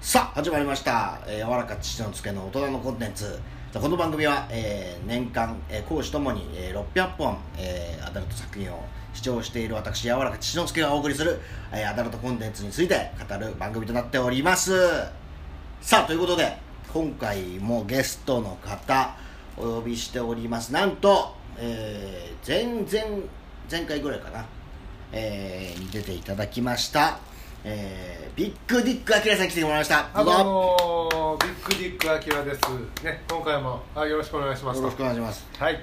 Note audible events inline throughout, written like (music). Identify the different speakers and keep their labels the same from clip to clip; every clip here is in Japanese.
Speaker 1: さあ始まりました「えー、柔らか父のつけの大人のコンテンツ」じゃあこの番組は、えー年間、えー講師ともに、えー600本、えーアダルト作品を視聴している私柔らか父のつけがお送りする、えーアダルトコンテンツについて語る番組となっておりますさあということで今回もゲストの方お呼びしておりますなんと、えー前々前回ぐらいかなえーに出ていただきました、えービッグディックアキラさん来てもらいましたど
Speaker 2: あ
Speaker 1: うぞ
Speaker 2: どうもビッグディックアキラです。ね、今回もあよろしくお願いします。
Speaker 1: よろしくお願いします
Speaker 2: はい。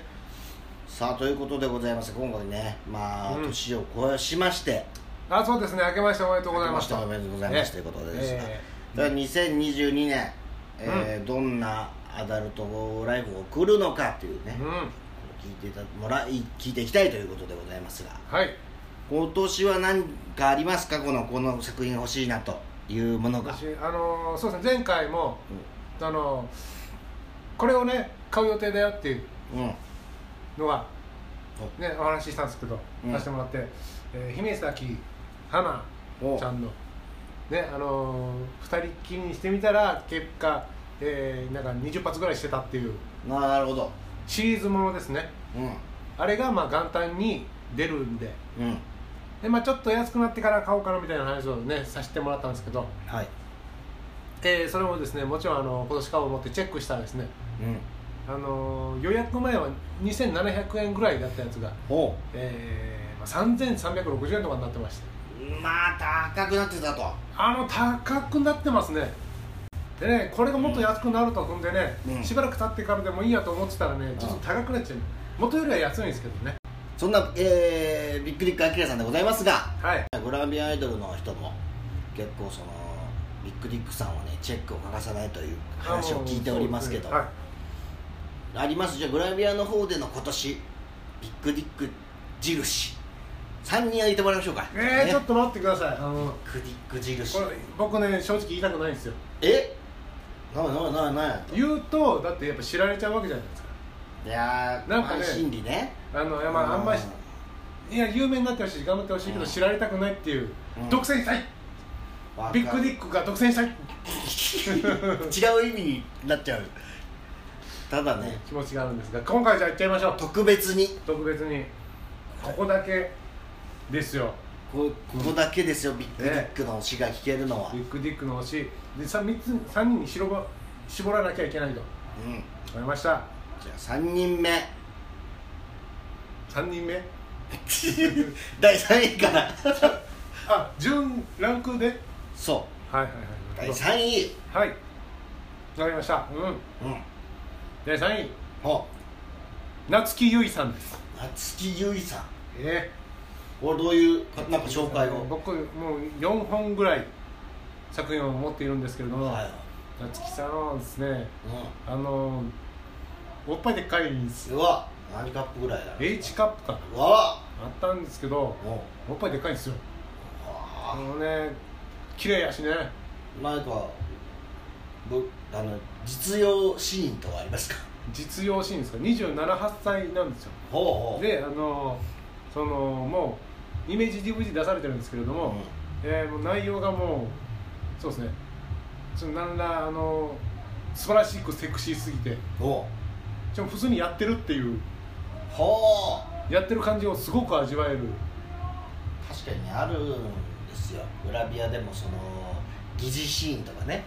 Speaker 1: さあということでございます今回ねまあ、
Speaker 2: うん
Speaker 1: 年を越しまして
Speaker 2: あ、そうですね。明けましておめでとうございました。
Speaker 1: 明けましておめでとうございます
Speaker 2: ね
Speaker 1: ということでですが
Speaker 2: え
Speaker 1: だから2022年、えーどんなアダルトライフを送るのかというね
Speaker 2: ー、うん。
Speaker 1: 聞いていたもらい聞いていきたいということでございますが
Speaker 2: はい。
Speaker 1: 今年は何かありますかこのこの作品欲しいなというものが
Speaker 2: 私あのーそうですね。前回も、あのーこれをね買う予定だよっていう
Speaker 1: うんうん
Speaker 2: のがねお話ししたんですけど、
Speaker 1: うん
Speaker 2: させてもらって、えー、姫崎花
Speaker 1: お
Speaker 2: ちゃんのねあのー二人っきりにしてみたら結果、えー、なんか20発ぐらいしてたっていう
Speaker 1: ななるほど
Speaker 2: シリーズものですね。
Speaker 1: う
Speaker 2: あれがまあ元旦に出るんで
Speaker 1: んうん
Speaker 2: で、まあ、ちょっと安くなってから買おうかなみたいな話をねさせてもらったんですけど、
Speaker 1: はい
Speaker 2: えーそれもですねもちろんあの今年買おうと思ってチェックしたらですね、
Speaker 1: うん
Speaker 2: あのー予約前は2700円ぐらいだったやつが、
Speaker 1: おう
Speaker 2: えーまあ、3360円とかになってまして
Speaker 1: まあ高くなってたと
Speaker 2: あの高くなってますねでねこれがもっと安くなると踏んでね、
Speaker 1: うん
Speaker 2: しばらく経ってからでもいいやと思ってたらねちょっと高くなっちゃう元よりは安いんですけどね
Speaker 1: そんな、えー、ビッグディックアキラさんでございますが
Speaker 2: はい
Speaker 1: グラビアアイドルの人も結構そのビッグディックさんはねチェックを欠かさないという話を聞いておりますけど
Speaker 2: あ
Speaker 1: あ,、
Speaker 2: のーそうですねはい
Speaker 1: りますじゃあグラビアの方での今年ビッグディック印3人挙げてもらいましょうか
Speaker 2: えー、
Speaker 1: ね
Speaker 2: ちょっと待ってくださいあの
Speaker 1: ビッグディック印
Speaker 2: これ僕ね正直言いたくないんですよ
Speaker 1: えななななな
Speaker 2: 言うとだってやっぱ知られちゃうわけじゃないですか
Speaker 1: いやー
Speaker 2: なんかね
Speaker 1: まあ心理ね
Speaker 2: あのいやまああんまりいや有名になってほしい頑張ってほしいけ
Speaker 1: うん
Speaker 2: ど知られたくないっていう、
Speaker 1: うん
Speaker 2: 独占したいビッグデ
Speaker 1: ッ
Speaker 2: ィックが独占したい
Speaker 1: ク違う意味になっちゃうただね
Speaker 2: 気持ちがあるんですが今回じゃあ行っちゃいましょう
Speaker 1: 特別に
Speaker 2: 特別にここだけですよ
Speaker 1: こここだけですよ、ビッグディックの詩が聴けるのは、
Speaker 2: ビッグディックの推しで 3, つ三人に絞ら絞らなきゃいけないと
Speaker 1: うん、
Speaker 2: 分かりました
Speaker 1: じゃあ3人目 (laughs)
Speaker 2: 3人目
Speaker 1: 第3位から
Speaker 2: (laughs) あ順ランクではい
Speaker 1: そ
Speaker 2: はい
Speaker 1: う
Speaker 2: はい
Speaker 1: 第3位
Speaker 2: はいわかりましたうん
Speaker 1: うん
Speaker 2: 第3位
Speaker 1: お
Speaker 2: 夏木結衣さんです
Speaker 1: 夏木結衣さん
Speaker 2: え
Speaker 1: これどういうかなんか紹介を
Speaker 2: 僕もう4本ぐらい作品を持っているんですけれども、
Speaker 1: はい
Speaker 2: 夏木さんはですね
Speaker 1: う
Speaker 2: あのおっぱいでっかいんです
Speaker 1: んうわ何カップぐらいだ
Speaker 2: H カップかな
Speaker 1: うわ
Speaker 2: あったんですけど
Speaker 1: も
Speaker 2: おっぱいでっかいんですよ
Speaker 1: うわ
Speaker 2: あのね綺麗やしね
Speaker 1: なんかぶあの実用シーンとはありますか
Speaker 2: 実用シーンですか278歳なんですよ
Speaker 1: ほうほう
Speaker 2: であのそのもうイメージ DVD 出されてるんですけれども、えーもう内容がもうそうですねそのなんらあの素晴らしくセクシーすぎて
Speaker 1: うん、お
Speaker 2: しかも普通にやってるっていう
Speaker 1: ほう
Speaker 2: やってる感じをすごく味わえる
Speaker 1: 確かにあるんですよグラビアでもその疑似シーンとかね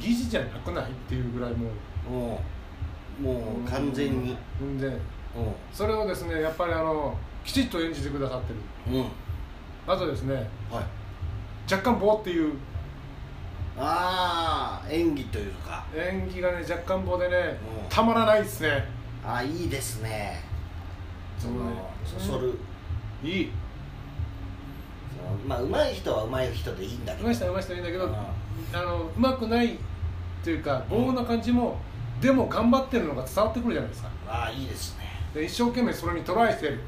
Speaker 2: 疑似じゃなくないっていうぐらいも
Speaker 1: もうも
Speaker 2: う
Speaker 1: う完全に
Speaker 2: うんでそれをですねやっぱりあのきちっと演じてくださってる
Speaker 1: うん、うん、
Speaker 2: あとですね
Speaker 1: はい
Speaker 2: 若干棒っていう
Speaker 1: ああ演技というか
Speaker 2: 演技がね若干棒でね
Speaker 1: うん
Speaker 2: たまらないですね
Speaker 1: ああいいですねその
Speaker 2: そう
Speaker 1: そそ
Speaker 2: ね
Speaker 1: る、
Speaker 2: いい
Speaker 1: そのまあ上手い人は上手い人でいいんだけ
Speaker 2: う
Speaker 1: ど
Speaker 2: まい人はうまい人いいんだけど
Speaker 1: うん
Speaker 2: あのうまくないというか棒な感じも、でも頑張ってるのが伝わってくるじゃないですか
Speaker 1: ああいいですね
Speaker 2: で一生懸命それにトライしてる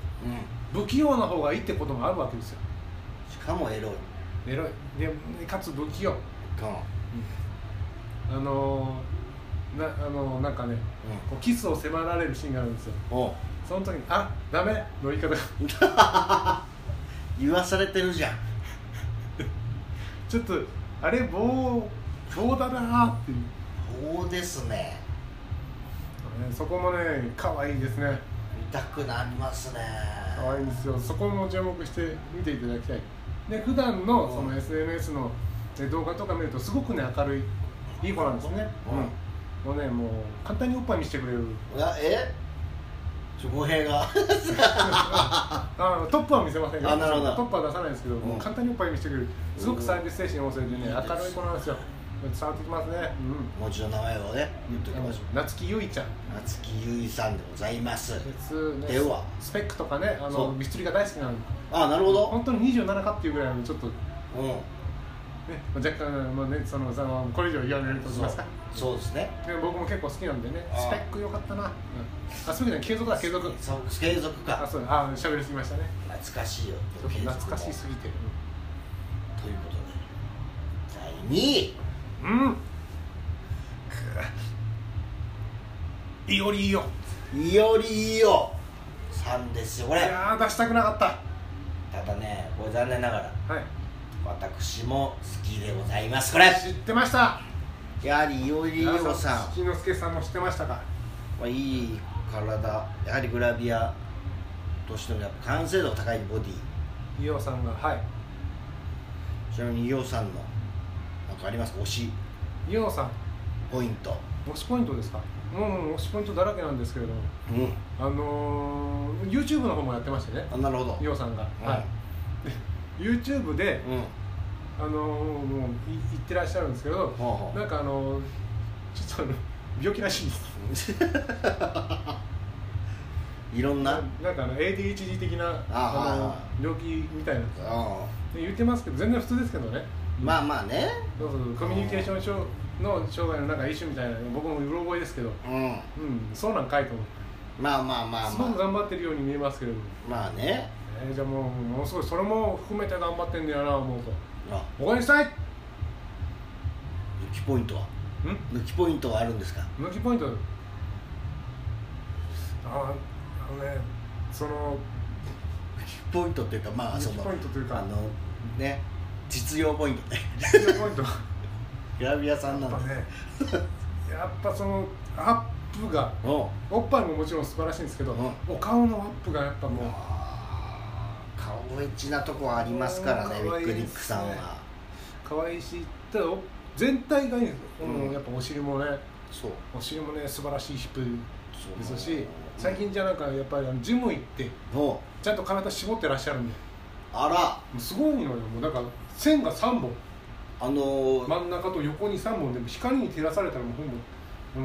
Speaker 1: うん
Speaker 2: 不器用な方がいいってこともあるわけですよ
Speaker 1: しかもエロい
Speaker 2: エロいでかつ不器用
Speaker 1: うん
Speaker 2: あのーなあのーなんかねこうキスを迫られるシーンがあるんですよ
Speaker 1: うんお
Speaker 2: その時に「あダメ」の言い方が (laughs)
Speaker 1: 言わされてるじゃん
Speaker 2: ちょっとあれ棒棒だなーっていう、
Speaker 1: そうですね
Speaker 2: ねそこもね可愛いですね
Speaker 1: 見たくなりますね
Speaker 2: 可愛いんですよそこも注目して見ていただきたいで普段のそ
Speaker 1: うん
Speaker 2: の SNS のね動画とか見るとすごくね明るいいい子なんですね、うんもうねもう簡単におっぱい見せてくれる
Speaker 1: うんあえちょ語弊が
Speaker 2: あのトップは見せませんよ
Speaker 1: あなるほど
Speaker 2: トップは出さないですけど、
Speaker 1: うん
Speaker 2: 簡単におっぱい見せてくれるすごくサービス精神旺盛でね
Speaker 1: うん
Speaker 2: 明るい子なんですよ伝わってきますね
Speaker 1: もう一度名前をね
Speaker 2: う
Speaker 1: 言
Speaker 2: ん
Speaker 1: っときましょ
Speaker 2: あの夏木ゆいちゃん
Speaker 1: う夏木ゆいさんでございます
Speaker 2: 別ね
Speaker 1: では
Speaker 2: スペックとかねあ
Speaker 1: そ
Speaker 2: の
Speaker 1: う
Speaker 2: ミステリが大好きなの
Speaker 1: あなるほど
Speaker 2: 本当に27かっていうぐらいのちょっとね
Speaker 1: うん
Speaker 2: 若干、まあね、そのそのこれ以上言われるとし
Speaker 1: そう
Speaker 2: ますか
Speaker 1: そうですね
Speaker 2: で僕も結構好きなんでね
Speaker 1: あー
Speaker 2: スペック良かったな、うん、あそういうことね継続だ継続
Speaker 1: そう継続
Speaker 2: あ
Speaker 1: か
Speaker 2: そうだあ喋りすぎましたね
Speaker 1: 懐かしいよ
Speaker 2: ちょっと
Speaker 1: 継続も
Speaker 2: 懐かしすぎてる
Speaker 1: ということで第2位
Speaker 2: うんいいよりいいよ
Speaker 1: いおりいおさんですよこ
Speaker 2: い
Speaker 1: れ
Speaker 2: やー出したくなかった
Speaker 1: ただねこれ残念ながら
Speaker 2: はい
Speaker 1: 私も好きでございますこれ
Speaker 2: 知ってました
Speaker 1: やはりいおりいおさん
Speaker 2: 七之助さんも知ってましたか
Speaker 1: まあ、いい体やはりグラビアとしてもやっぱ完成度が高いボディ
Speaker 2: 伊代さんがはい
Speaker 1: ちなみに伊代さんのなんかありますか推し
Speaker 2: 伊代さん
Speaker 1: ポイント
Speaker 2: 推しポイントですかもうもう推しポイントだらけなんですけれども
Speaker 1: うん
Speaker 2: あのー、YouTube の方もやってましてね
Speaker 1: あなるほど
Speaker 2: 伊代さんが、はい YouTube で
Speaker 1: うん
Speaker 2: あのー、もうい行ってらっしゃるんですけ
Speaker 1: ほう
Speaker 2: ど
Speaker 1: ほう
Speaker 2: なんかあのー、ちょっとあの病気らしいです
Speaker 1: いろんな
Speaker 2: なんかあの ADHD 的な
Speaker 1: あ
Speaker 2: あの病気みたいな
Speaker 1: あ
Speaker 2: で言ってますけど全然普通ですけどね
Speaker 1: まあまあね
Speaker 2: そうそうコミュニケーション障の障害のなんか一種みたいな僕もうろ覚えですけど
Speaker 1: うん
Speaker 2: うんそうなんかいと思う
Speaker 1: まあまあまあ
Speaker 2: すごく
Speaker 1: まあ
Speaker 2: 頑張ってるように見えますけれども、
Speaker 1: まあね
Speaker 2: えーじゃあもうものすごいそれも含めて頑張ってんだよな思うと
Speaker 1: あ
Speaker 2: 応援したいん
Speaker 1: 抜きポイントは抜きポイントはあるんですか
Speaker 2: 抜きポイントああのねその
Speaker 1: 抜きポイントっていうかまあその
Speaker 2: 抜きポイントというか
Speaker 1: あのね実用ポイントね
Speaker 2: 実力ポイント (laughs) は
Speaker 1: グラビアさんな
Speaker 2: やっぱ
Speaker 1: んで
Speaker 2: ねやっぱそのアップが
Speaker 1: うん
Speaker 2: おっぱいももちろん素晴らしいんですけど、
Speaker 1: う
Speaker 2: お顔のアップがやっぱもう
Speaker 1: 顔エッチなとこはありますからね
Speaker 2: う
Speaker 1: ビ
Speaker 2: ん可愛
Speaker 1: ッグ
Speaker 2: いですね
Speaker 1: リックさんは
Speaker 2: 可愛いしただお全体がいいんですよ、
Speaker 1: うん
Speaker 2: うんやっぱお尻もね
Speaker 1: そう
Speaker 2: お尻もね素晴らしいヒップ
Speaker 1: そう
Speaker 2: ですし最近じゃなんかやっぱりあのジム行って
Speaker 1: の
Speaker 2: ちゃんと体絞ってらっしゃるんで
Speaker 1: あ
Speaker 2: もうすごいのよもうなんか線が3本
Speaker 1: らあのー
Speaker 2: 真ん中と横に3本でも光に照らされたらもうほぼ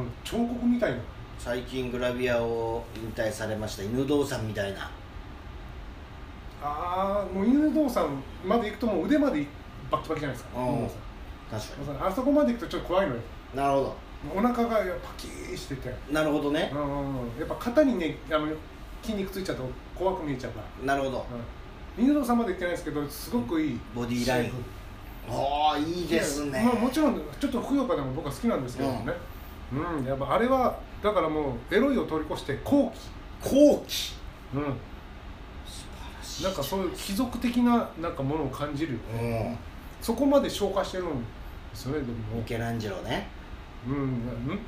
Speaker 2: もう彫刻みたいな
Speaker 1: 最近グラビアを引退されました犬堂さんみたいな
Speaker 2: ああもう犬堂さんまで行くともう腕までバッキバキじゃないですか
Speaker 1: うん
Speaker 2: 犬堂さ
Speaker 1: 確か
Speaker 2: んあそこまで行くとちょっと怖いのよ
Speaker 1: になるほ
Speaker 2: お腹がやっぱパキーしてて
Speaker 1: どなるほどね
Speaker 2: うんうんうんやっぱ肩にねあの筋肉ついちゃうと怖く見えちゃうか
Speaker 1: な
Speaker 2: ら、
Speaker 1: るほど
Speaker 2: うん、犬堂さんまで言ってないですけどすごくいい
Speaker 1: ボディラインおーいいですね
Speaker 2: まあ、もちろんちょっとふくよかでも僕は好きなんですけどねうん、やっぱあれはだからもうエロいを通り越して後
Speaker 1: 後期
Speaker 2: 期、うん、
Speaker 1: 素晴らしい
Speaker 2: なんかそういう貴族的ななんかものを感じるよね
Speaker 1: う
Speaker 2: そこまで消化してるんですよねで
Speaker 1: ん
Speaker 2: も
Speaker 1: ミケランジェロね
Speaker 2: うん、うん、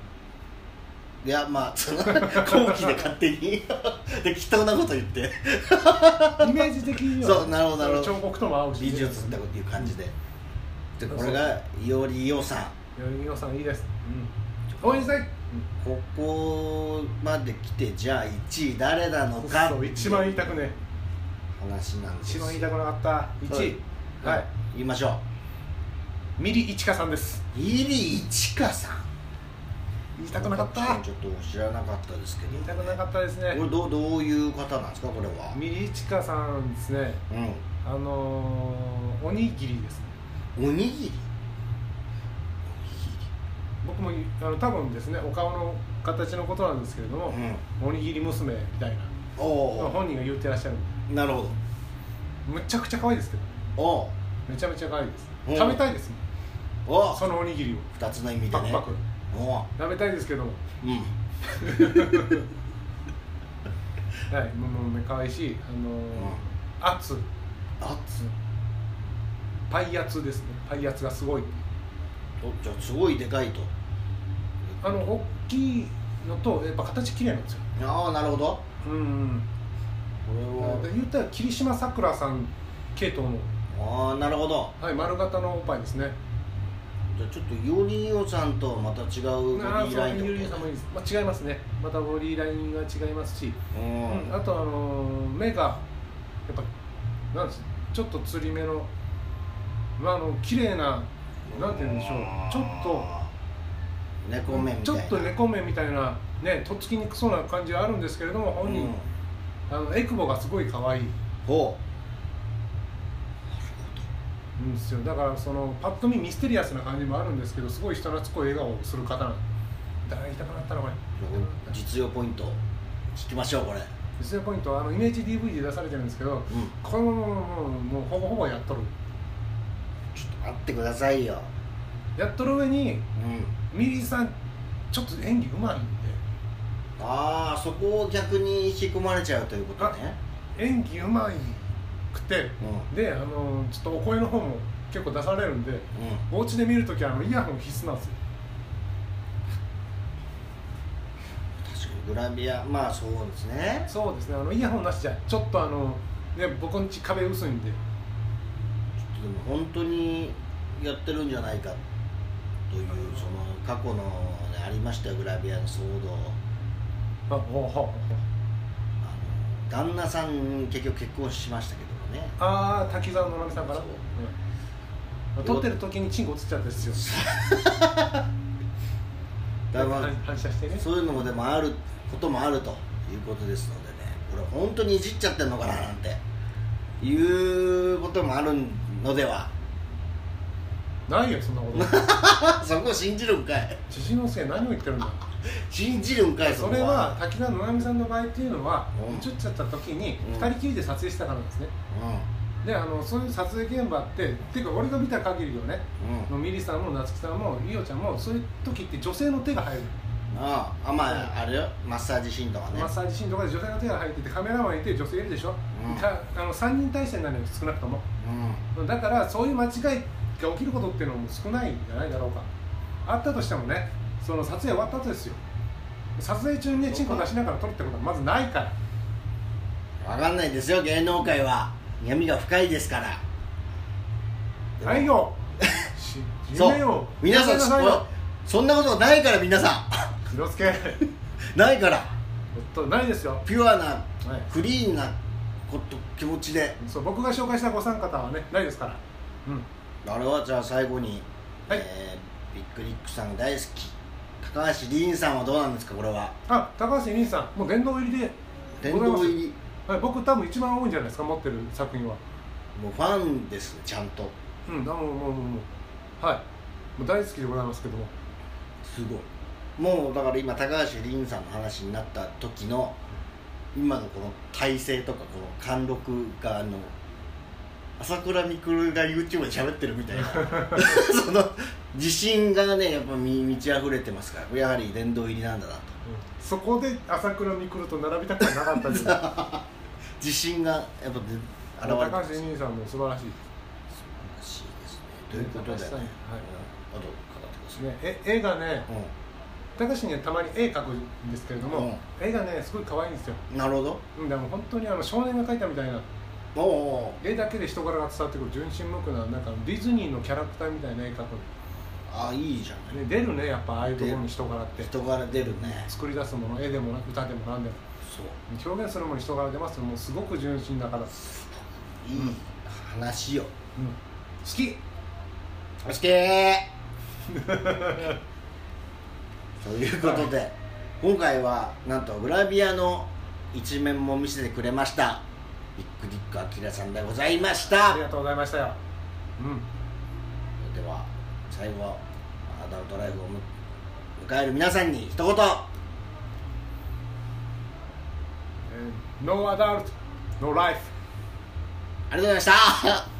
Speaker 1: いやまあその (laughs) 後期で勝手に (laughs) 適当なこと言って
Speaker 2: イメージ的には
Speaker 1: そうなるほどなるほど
Speaker 2: 彫刻とも合うしね、
Speaker 1: 美術ってこという感じででこれがいおりいおさん
Speaker 2: いや皆さんいいです、うん、応援したい、
Speaker 1: ここまで来てじゃあ1位誰なのか
Speaker 2: そう一番言いたくね
Speaker 1: 話なんです
Speaker 2: 一番言いたくなかった
Speaker 1: そう
Speaker 2: 1位
Speaker 1: は
Speaker 2: はいい
Speaker 1: 言いましょ
Speaker 2: ミリイチカさんです
Speaker 1: う入り一華さん
Speaker 2: 言いたくなかった
Speaker 1: ちょっと知らなかったですけど
Speaker 2: 言いたくなかったですね
Speaker 1: これどうどういう方なんですかこれは
Speaker 2: ミリイチカさんですねあのー、おにぎりですね
Speaker 1: うんおにぎりおにぎり
Speaker 2: 僕もあの多分ですねお顔の形のことなんですけれども、おにぎり娘みたいな
Speaker 1: うんお
Speaker 2: 本人が言ってらっしゃる
Speaker 1: おなるほ
Speaker 2: むちゃくちゃ可愛いですけ
Speaker 1: ど
Speaker 2: ど
Speaker 1: お
Speaker 2: めちゃめちゃ可愛いです
Speaker 1: うん
Speaker 2: 食べたいですもん
Speaker 1: おお
Speaker 2: そのおにぎりを
Speaker 1: 二つの意味で
Speaker 2: パク
Speaker 1: ね
Speaker 2: パク
Speaker 1: おお
Speaker 2: 食べたいですけども
Speaker 1: うん
Speaker 2: はいもうもうね可愛いしあのー圧
Speaker 1: あ
Speaker 2: パイ圧ですねパイ圧がすごい
Speaker 1: じゃあすごいでかいと
Speaker 2: あの大きいのとやっぱ形綺麗なんですよ
Speaker 1: ああなるほど
Speaker 2: うんうん
Speaker 1: こ
Speaker 2: だから言ったら霧島さくらさん系統の、
Speaker 1: はああなるほど
Speaker 2: はい、丸型のおっぱいですね
Speaker 1: じゃあちょっとヨニヨさんとはまた違うボデ
Speaker 2: ああ
Speaker 1: ィーラインって
Speaker 2: そ
Speaker 1: こ
Speaker 2: うユ
Speaker 1: と
Speaker 2: リさんもい
Speaker 1: ね
Speaker 2: いです、まあ、違いますねまたボディーラインが違いますし、
Speaker 1: う
Speaker 2: うんん、あとあのー目がやっぱなんですちょっと釣り目のまああの綺麗ななんて言うんでしょうちょっと
Speaker 1: 猫目みたいな
Speaker 2: ちょっと猫目みたいなねとっつきにくそうな感じはあるんですけれども
Speaker 1: う
Speaker 2: 本人、
Speaker 1: ん
Speaker 2: あのエクボがすごい可愛い
Speaker 1: ほ
Speaker 2: んですよだからそのパッと見ミステリアスな感じもあるんですけどすごい人懐っこい笑顔をする方なん誰が痛くなったらこれ
Speaker 1: う実用ポイント聞きましょうこれ
Speaker 2: 実際ポイントはあのイメージ DVD で出されてるんですけど
Speaker 1: うん
Speaker 2: これももうもうほぼほぼやっとる
Speaker 1: ちょっと待ってくださいよ
Speaker 2: やっとる上に
Speaker 1: うん
Speaker 2: ミリーさんちょっと演技うまいん
Speaker 1: ああそこを逆に引き込まれちゃうということね
Speaker 2: で演技うまいくて
Speaker 1: う
Speaker 2: であのちょっとお声の方も結構出されるんで
Speaker 1: んうん
Speaker 2: お家で見るときはあのイヤホン必須なんですよ
Speaker 1: 確かにグラビアまあそうですね
Speaker 2: そうですねあのイヤホンなしじゃちょっとあのね僕んち壁薄いんで
Speaker 1: ちょっとでも本当にやってるんじゃないかというその過去のねありましたよグラビアの騒動
Speaker 2: あほうほうほう
Speaker 1: あの旦那さん結局結婚しましたけどもね
Speaker 2: ああ滝沢のなみさんから
Speaker 1: そう
Speaker 2: うん撮ってる時にチンコ映っちゃったんですよ
Speaker 1: だからまあ
Speaker 2: 反射してね
Speaker 1: そういうのもでもあることもあるということですのでねこれ本当にいじっちゃってんのかななんていうこともあるのでは (laughs)
Speaker 2: ないよそんな (laughs) こと
Speaker 1: そこを信じるんかい
Speaker 2: 知事の助何を言ってるんだ
Speaker 1: 信じるんかい
Speaker 2: そ
Speaker 1: そこ
Speaker 2: れは滝沢のなみさんの場合っていうのは
Speaker 1: うん
Speaker 2: 映っちゃった時に
Speaker 1: うん
Speaker 2: 2人きりで撮影したからなんですねであのそういう撮影現場ってっていうか俺が見た限りよね
Speaker 1: うんうん
Speaker 2: のミリさんも夏木さんも伊代ちゃんもそういう時って女性の手が入る
Speaker 1: あああまああれよマッサージシーンとかね
Speaker 2: マッサージシーンとかで女性の手が入っててカメラマンいて女性いるでしょ、
Speaker 1: うん
Speaker 2: たあの3人体制になるよ少なくとも
Speaker 1: うん
Speaker 2: だからそういう間違いが起きることっていうのも少ないんじゃないだろうかあったとしてもねその撮影終わった後ですよ撮影中にねチンコ出しながら撮るってことはまずないから
Speaker 1: 分かんないですよ芸能界は闇が深いですから
Speaker 2: ないよし
Speaker 1: そう
Speaker 2: 夢よ
Speaker 1: 皆さん
Speaker 2: 夢ないよ
Speaker 1: そんなことないから皆さ
Speaker 2: 広助えっ
Speaker 1: ん (laughs) ないから
Speaker 2: とないですよ、
Speaker 1: ピュアな
Speaker 2: はい、
Speaker 1: クリーンなこと気持ちで
Speaker 2: そう僕が紹介したご参加はねないですからうん
Speaker 1: あれはじゃあ最後に、
Speaker 2: はい
Speaker 1: えービッグリックさんが大好き高橋凜さんはどうなんですかこれは
Speaker 2: あ高橋凛さんもう殿堂入りで
Speaker 1: 殿堂入り
Speaker 2: はい、僕多分一番多いんじゃないですか持ってる作品は
Speaker 1: もうファンですちゃんと
Speaker 2: うんあもうもうもうもうはいもう大好きでございますけども
Speaker 1: すごいもうだから今高橋凜さんの話になった時の今のこの体制とかこの貫禄があの朝倉未来が YouTube で喋ってるみたい (laughs) なその自信がねやっぱみ満ち溢れてますからやはり殿堂入りなんだなと
Speaker 2: そこで朝倉未来と並びたくはなかっ
Speaker 1: (laughs)
Speaker 2: たです高
Speaker 1: 自信がやっぱ出現れてま
Speaker 2: 橋
Speaker 1: す
Speaker 2: 兄さんも素晴らし
Speaker 1: らしい
Speaker 2: い
Speaker 1: ですねということで、ね
Speaker 2: 高橋さんはい
Speaker 1: うんあと語ってくだ
Speaker 2: で
Speaker 1: さ
Speaker 2: すねえ絵がね
Speaker 1: い、
Speaker 2: 高橋にはたまに絵描くんですけれども、絵がねすごい可愛いんですよ
Speaker 1: うん、なるほど
Speaker 2: うんでも本当にあの少年が描いたみたいな
Speaker 1: おお
Speaker 2: 絵だけで人柄が伝わってくる純真無垢ななんかディズニーのキャラクターみたいな絵描く
Speaker 1: あいいじゃない
Speaker 2: ね出るねやっぱああいうところに人柄って
Speaker 1: 人柄出るね
Speaker 2: 作り出すもの絵でもな歌でも何でも
Speaker 1: そう
Speaker 2: 表現するもの人柄出ますよもうすごく純真だから、う
Speaker 1: い
Speaker 2: ん、
Speaker 1: い話よ
Speaker 2: 好き
Speaker 1: そ (laughs) してということで、今回はなんとグラビアの一面も見せてくれましたビッグディックアキラさんでございました
Speaker 2: ありがとうございましたようん
Speaker 1: では最後アダルトライフをむ迎える皆さんに一言
Speaker 2: えー No adult, no life
Speaker 1: ありがとうございました